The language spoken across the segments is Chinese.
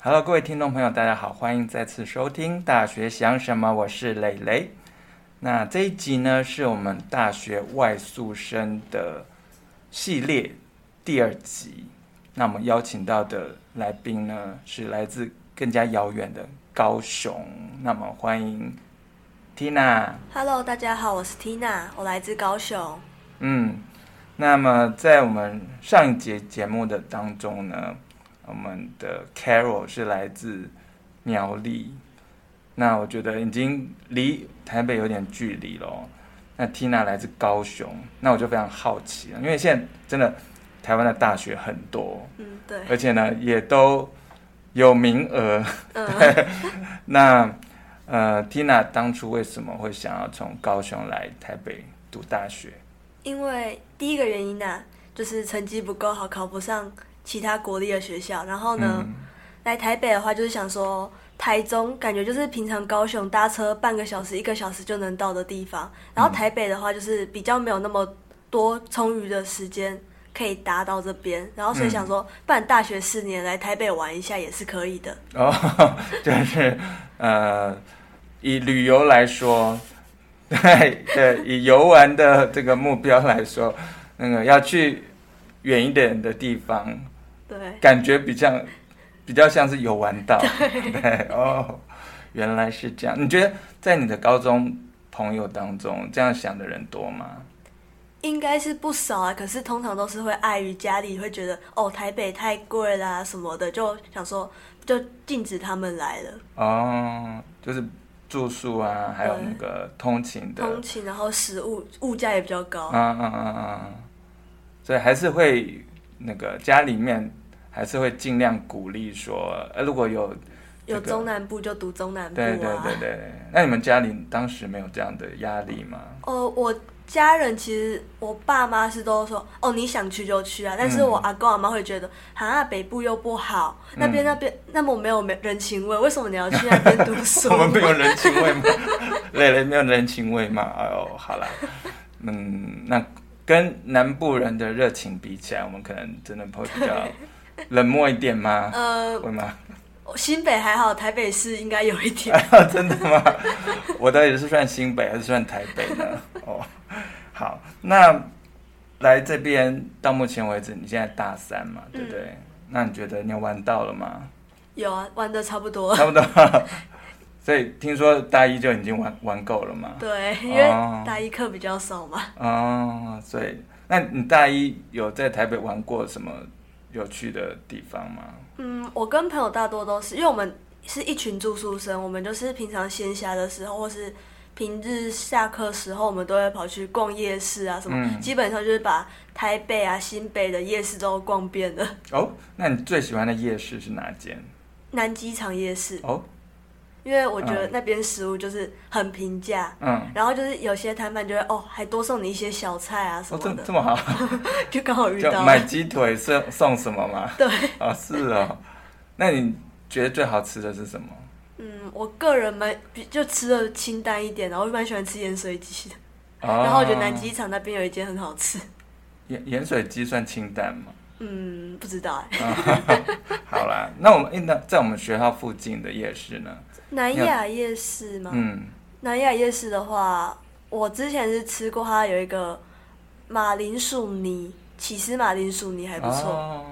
Hello，各位听众朋友，大家好，欢迎再次收听《大学想什么》，我是蕾蕾。那这一集呢，是我们大学外宿生的系列第二集。那我们邀请到的来宾呢，是来自更加遥远的高雄。那么欢迎 Tina。 Hello，大家好，我是 Tina，我来自高雄。嗯，那么在我们上一节节目的当中呢，我们的 Carol 是来自苗栗，那我觉得已经离台北有点距离咯。那 Tina 来自高雄，那我就非常好奇了，因为现在真的台湾的大学很多，嗯，对，而且呢也都有名额。嗯， 那呃，Tina 当初为什么会想要从高雄来台北读大学？因为第一个原因呢、啊就是成绩不够好，考不上其他国立的学校。然后呢，嗯来台北的话，就是想说台中，感觉就是平常高雄搭车半个小时、一个小时就能到的地方。然后台北的话，就是比较没有那么多充裕的时间可以达到这边。然后所以想说，不然大学四年来台北玩一下也是可以的。哦， 就是呃，以旅游来说， 对对，以游玩的这个目标来说，那个要去远一点的地方，对，感觉比较比较像是有玩到。对哦，原来是这样。你觉得在你的高中朋友当中，这样想的人多吗？应该是不少啊，可是通常都是会碍于家里会觉得哦台北太贵啦什么的，就想说就禁止他们来了，哦，就是住宿啊，还有那个通勤的通勤然后食物物价也比较高，啊啊啊啊！啊所以还是会那个家里面还是会尽量鼓励说，呃，如果有这有个中南部就读中南部啊。对对对对，那你们家里当时没有这样的压力 吗？哦，我家人其实我爸妈是都说哦你想去就去啊，但嗯是我阿公阿妈会觉得啊北部又不好，那边那边那么没有人情味，为什么你要去那边读书？ 我们没有人情味吗？磊磊没有人情味吗？ 哎呦，好啦，嗯，那跟南部人的热情比起来，我们可能真的会比较冷漠一点 吗？呃，会吗？新北还好，台北市应该有一点。 真的吗？我到底是算新北还是算台北呢？哦，好，那来这边到目前为止，你现在大三嘛，对不对？那你觉得你有玩到了吗？ 有啊，玩的差不多。差不多。 所以听说大一就已经玩玩够了嘛？对，因哦为大一课比较少嘛。哦，所以那你大一有在台北玩过什么有趣的地方吗？嗯，我跟朋友大多都是，因为我们是一群住宿生，我们就是平常闲暇的时候，或是平日下课时候，我们都会跑去逛夜市啊什么，嗯基本上就是把台北啊、新北的夜市都逛遍了。 哦，那你最喜欢的夜市是哪间？南机场夜市，哦，因为我觉得那边食物就是很平价。嗯，然后就是有些摊贩就会哦，还多送你一些小菜啊什哦，么这的，这么好。就刚好遇就到了买鸡腿送送什么吗？对，啊、是 哦。那你觉得最好吃的是什么？嗯，我个人蛮比就吃的清淡一点，然后我蛮喜欢吃盐水鸡的。哦然后我觉得南机场那边有一间很好吃，盐盐水鸡算清淡吗？嗯，不知道哎、好啦，那我们诶那在我们学校附近的夜市呢？ 南雅夜市吗？嗯，南雅夜市的话，我之前是吃过它有一个马铃薯泥，起司马铃薯泥还不错。哦，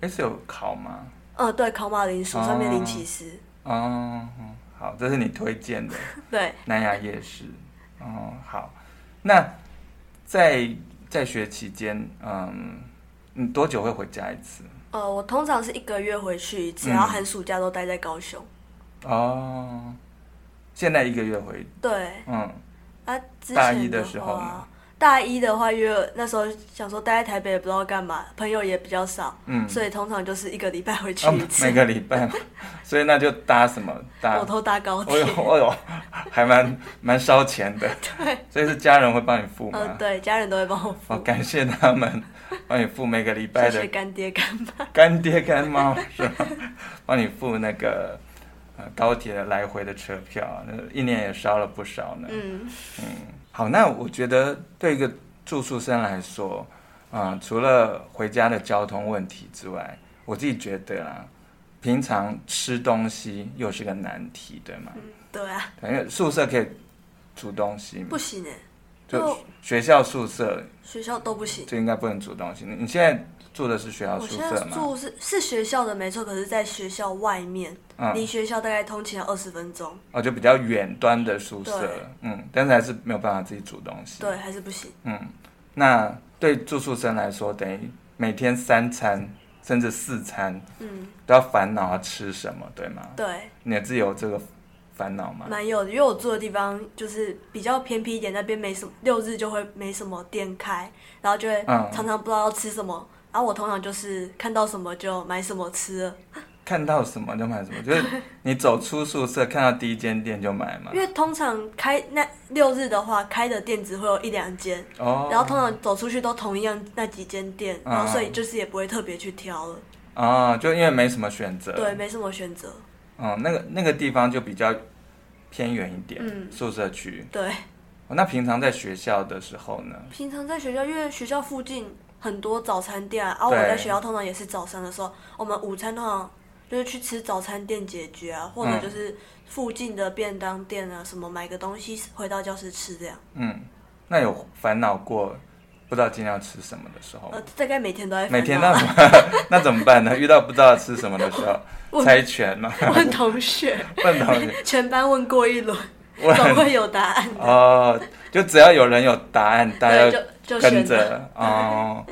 诶是有烤吗？嗯，对，烤马铃薯哦上面淋起司，哦，好，这是你推荐的对，南雅夜市。哦，好，那在在学期间，嗯，你多久会回家一次？呃，我通常是一个月回去一嗯次，然后寒暑假都待在高雄。哦，现在一个月回，对，嗯，啊，之前大一的的时候话吗，大一的话，因为那时候想说待在台北也不知道干嘛，朋友也比较少，嗯所以通常就是一个礼拜回去啊一次，每个礼拜嘛，所以那就搭什 么搭？我都搭高哦铁呦。哦呦，还蛮蛮烧钱的， 对，所以是家人会帮你付吗？ 呃，对，家人都会帮我好、付，感谢他 们帮你付每个礼啊拜谢的谢干爹干妈。干爹干妈是吧？ 帮你付那个呃高铁来回的车票，那一年也烧了不少呢。嗯，好，那我觉得对一个住宿生来说，啊、除了回家的交通问题之外，我自己觉得啦，平常吃东西又是个难题，对吗？对啊，因为宿舍可以煮东西嘛不，行哎、就就学校宿舍学校都不行。就应该不能煮东西。你你现在住的是学校我宿现在舍吗？住是是学校的没错，可是在学校外面，离嗯，学校大概通勤要二十分钟，哦，就比较远端的宿对舍，嗯，但是还是没有办法自己煮东西。对，还是不行。嗯，那对住宿生来说，等于每天三餐甚至四餐嗯，都要烦恼要啊吃什么，对吗？对，你自己有这个烦恼吗？蛮有的，因为我住的地方就是比较偏僻一点，那边没什么，六日就会没什么店开，然后就会嗯常常不知道要吃什么。然后我通常就是看到什么就买什么吃了，看到什么就买 什么，就是你走出宿舍看到第一间店就买嘛因。为通常开那六日的话，开的店只会有一两间，哦，然后通常走出去都同一样那几间店，嗯然后所以就是也不会特别去挑了，啊、就因为没什么选择。对，，没什么选择，嗯，那个那个地方就比较偏远一点，嗯宿舍区、对。哦那平常在学校的时候呢，平常在学校，因为学校附近很多早餐店啊，啊我对在学校通常也是早上的时候，我们午餐通常就是去吃早餐店解决啊，或者嗯就是附近的便当店啊，什么买个东西回到教室吃这样。嗯，那有烦恼过不知道今天要吃什么的时候吗呃，大概每天都在烦恼哦每天那怎么 那怎么办呢？遇到不知道吃什么的时候， 我猜拳嘛，问同学，问同学，全班问过一轮，总问会有答案的，哦，就只要有人有答案，大家 对，就就跟选择。 着 哦。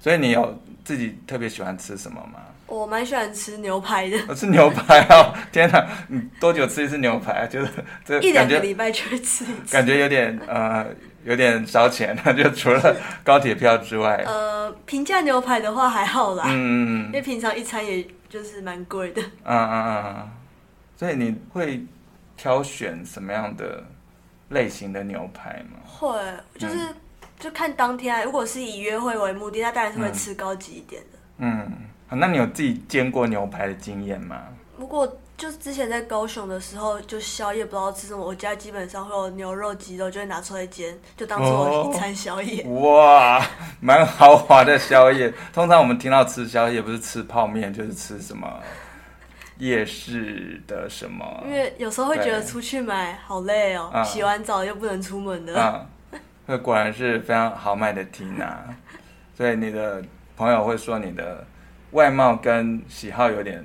所以你有自己特别喜欢吃什么吗？我蛮喜欢吃牛排 的，我吃牛排哦， 天哪！你多久吃一次牛排？啊就是这一两感个觉礼拜就会吃一次。感觉有点呃有点烧钱， 就除了高铁票之外，呃，平价牛排的话还好啦，嗯嗯因为平常一餐也就是蛮贵的。 嗯嗯嗯，所以你会挑选什么样的类型的牛排吗？会，就是、嗯就看当天啊。如果是以约会为目的，那当然是会吃高级一点的。嗯，好那你有自己煎过牛排的经验吗？如果就是之前在高雄的时候，就宵夜不知道吃什么，我家基本上会有牛肉、鸡肉，就会拿出来煎，就当哦做一餐宵夜。嗯哇，蛮豪华的宵夜。通常我们听到吃宵夜，不是吃泡面，就是吃什么夜市的什么。因为有时候会觉得对出去买好累哦，嗯洗完澡又不能出门的。啊，那果然是非常豪迈的缇娜，所以你的朋友会说你的外貌跟喜好有点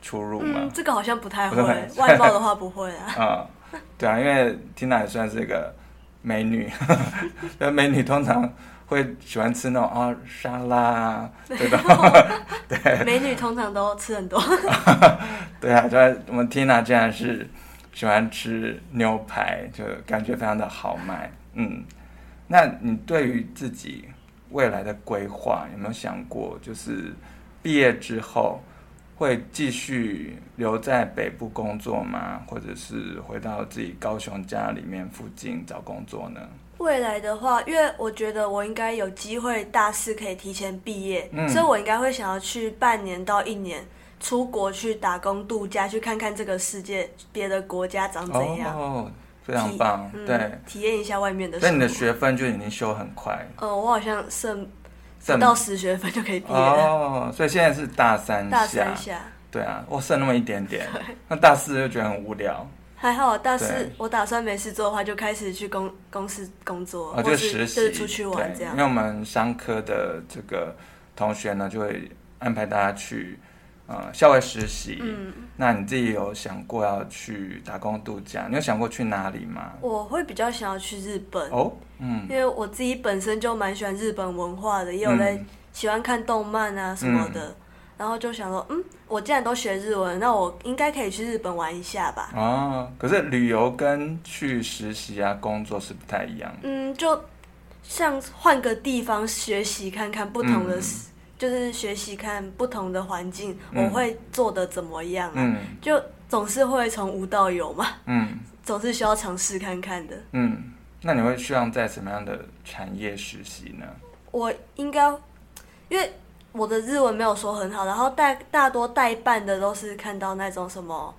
出入吗嗯，？这个好像不太不会，太会外貌的话不会 啊。 啊、对啊，因为缇娜也算是一个美女， 那美女通常会喜欢吃那种啊、沙拉啊这种，美女通常都吃很多， 对啊，对啊，我们 Tina 竟然是喜欢吃牛排，就感觉非常的豪迈。嗯，那你对于自己未来的规划有没有想过，就是毕业之后会继续留在北部工作吗？或者是回到自己高雄家里面附近找工作呢？未来的话，因为我觉得我应该有机会大四可以提前毕业，嗯所以我应该会想要去半年到一年出国去打工度假，去看看这个世界别的国家长嗯怎样，哦，非非常棒，对。体嗯验一下外面的所以生你活的。学分就已经修很快，呃，我好像剩剩不到十学分就可以毕业了，哦，所以现在是大三大三下对啊，我剩那么一点 点，那大四就觉得很无聊，还好，大四对我打算没事做的话就开始去公公司工作，哦，或就是实习，就是出去玩对这样因为。我们商科的这个同学呢，就会安排大家去呃校外实习。嗯，那你自己有想过要去打工度假？你有想过去哪里吗？我会比较想要去日本。哦，嗯，因为我自己本身就蛮喜欢日本文化的，也有在嗯喜欢看动漫啊什么的，然后就想说，嗯，我既然都学日文，那我应该可以去日本玩一下吧。哦，可是旅游跟去实习啊工作是不太一样的。嗯，就像换个地方学习看看不同的，嗯就是学习看不同的环境，嗯我会做的怎么样啊？嗯就总是会从无到有嘛，嗯总是需要尝试看看的。嗯，那你会希望在什么样的产业实习呢？我应该，因为我的日文没有说很好，然后大大多代办的都是看到那种什么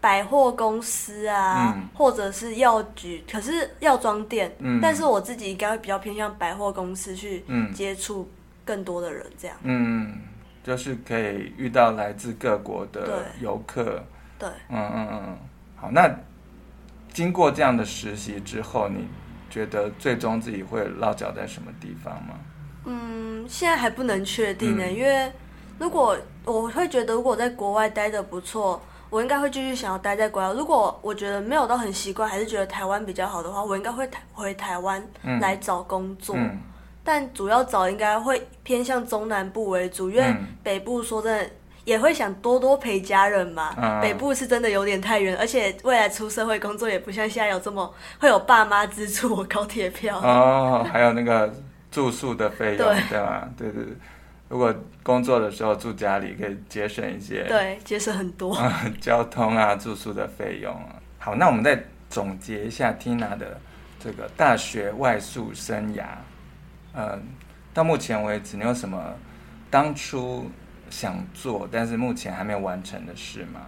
百货公司啊，嗯或者是药局，可是药妆店，嗯但是我自己应该会比较偏向百货公司去嗯接触更多的人，这样嗯，就是可以遇到来自各国的对游客。对，嗯嗯嗯嗯，好，那经过这样的实习之后，你觉得最终自己会落脚在什么地方吗？嗯，现在还不能确定呢、嗯因为如果我会觉得，如果在国外待的不错，我应该会继续想要待在国外。如果我觉得没有到很习惯，还是觉得台湾比较好的话，我应该会台回台湾嗯来找工作。嗯但主要找应该会偏向中南部为主，因为嗯北部说真的也会想多多陪家人嘛。嗯北部是真的有点太远，而且未来出社会工作也不像现在有这么会有爸妈资助我高铁票。哦，还有那个住宿的费用，对对吧？对对对，如果工作的时候住家里，可以节省一些对，节省很多。嗯 交通啊、住宿的费用啊。好，那我们再总结一下 Tina 的这个大学外宿生涯。呃，到目前为止，你有什么当初想做，但是目前还没有完成的事 吗？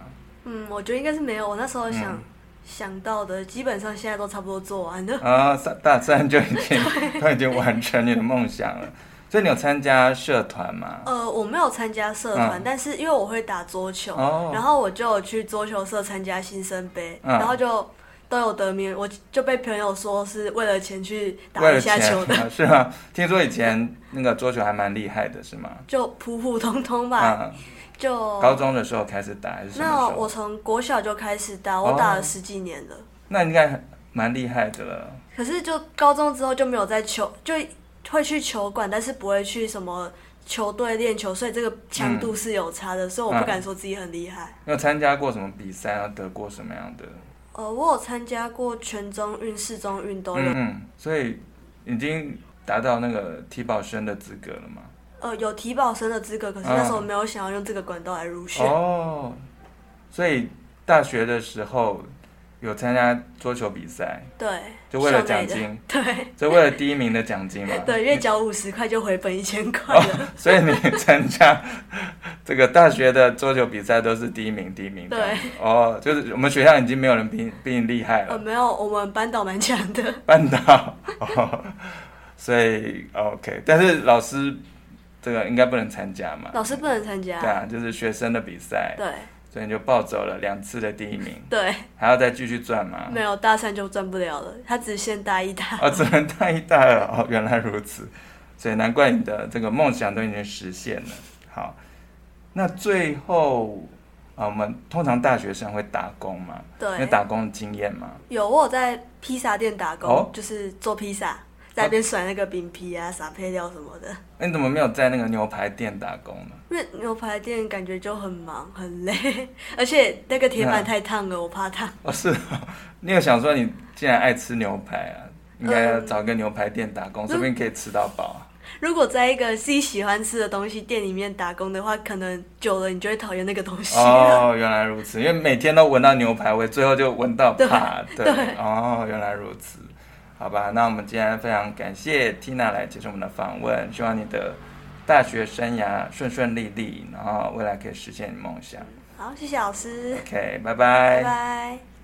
嗯，我觉得应该是没有。我那时候想、嗯想到的，基本上现在都差不多做完了。啊，三大三就已 经都已经完成你的梦想了，所以你有参加社团吗？呃，我没有参加社团，嗯但是因为我会打桌球，哦然后我就有去桌球社参加新生杯，嗯然后就都有得名。我就被朋友说是为了钱去打为一了下钱球的， 是吗？听说以前那个桌球还蛮厉害的，是吗？就普普通通吧。啊，就高中的时候开始打还是什么时哦那候？我从国小就开始打，哦我打了十几年了。那应该蛮厉害的了。可是就高中之后就没有在球，就会去球馆，但是不会去什么球队练球，所以这个强度是有差的，所以我不敢说自己很厉害。你有参加过什么比赛啊？得过什么样的？呃，我有参加过全中运、四中运都有，嗯嗯，所以已经达到那个体保生的资格了嘛？呃，有体保生的资格，可是嗯那时候没有想要用这个管道来入选。哦，所以大学的时候有参加桌球比赛，对，就为了校内奖的，金，对就为了第一名的奖金嘛？哦对，月缴五十块就回本一千块 了。所以你参加这个大学的桌球比赛都是第一名，第一名。对。哦，就是我们学校已经没有人比你比你厉害呃，了，没有，我们班导蛮强的。班导。哦， 所以 OK，但是老师这个应该不能参加嘛？老师不能参加。对啊，就是学生的比赛，对所以你就抱走了两次的第一名，对，还要再继续赚嘛？没有大三就赚不了了，他只限大一大哦，只能大一、大二哦，原来如此，所以难怪你的这个梦想都已经实现了。好，那最后啊，我们通常大学生会打工嘛？对你有打工的经验吗？有，我有在披萨店打工，哦就是做披萨，在那边甩那个饼皮啊、撒配料什么的。那你怎么没有在那个牛排店打工呢？因为牛排店感觉就很忙很累， 而且那个铁嗯板太烫了，我怕烫。 哦，是哦，你有想说你既然爱吃牛排啊，应该要找个牛排店打工，说不定可以吃到饱啊。如果在一个自己喜欢吃的东西店里面打工的话，可能久了你就会讨厌那个东西了。哦，原来如此，因为每天都闻到牛排味，最后就闻到对怕。对，对哦，原来如此，好吧，那我们今天非常感谢 Tina 来接受我们的访问，希望你的大学生涯顺顺利利，然后未来可以实现你梦想。好，谢谢老师， OK，拜拜拜拜。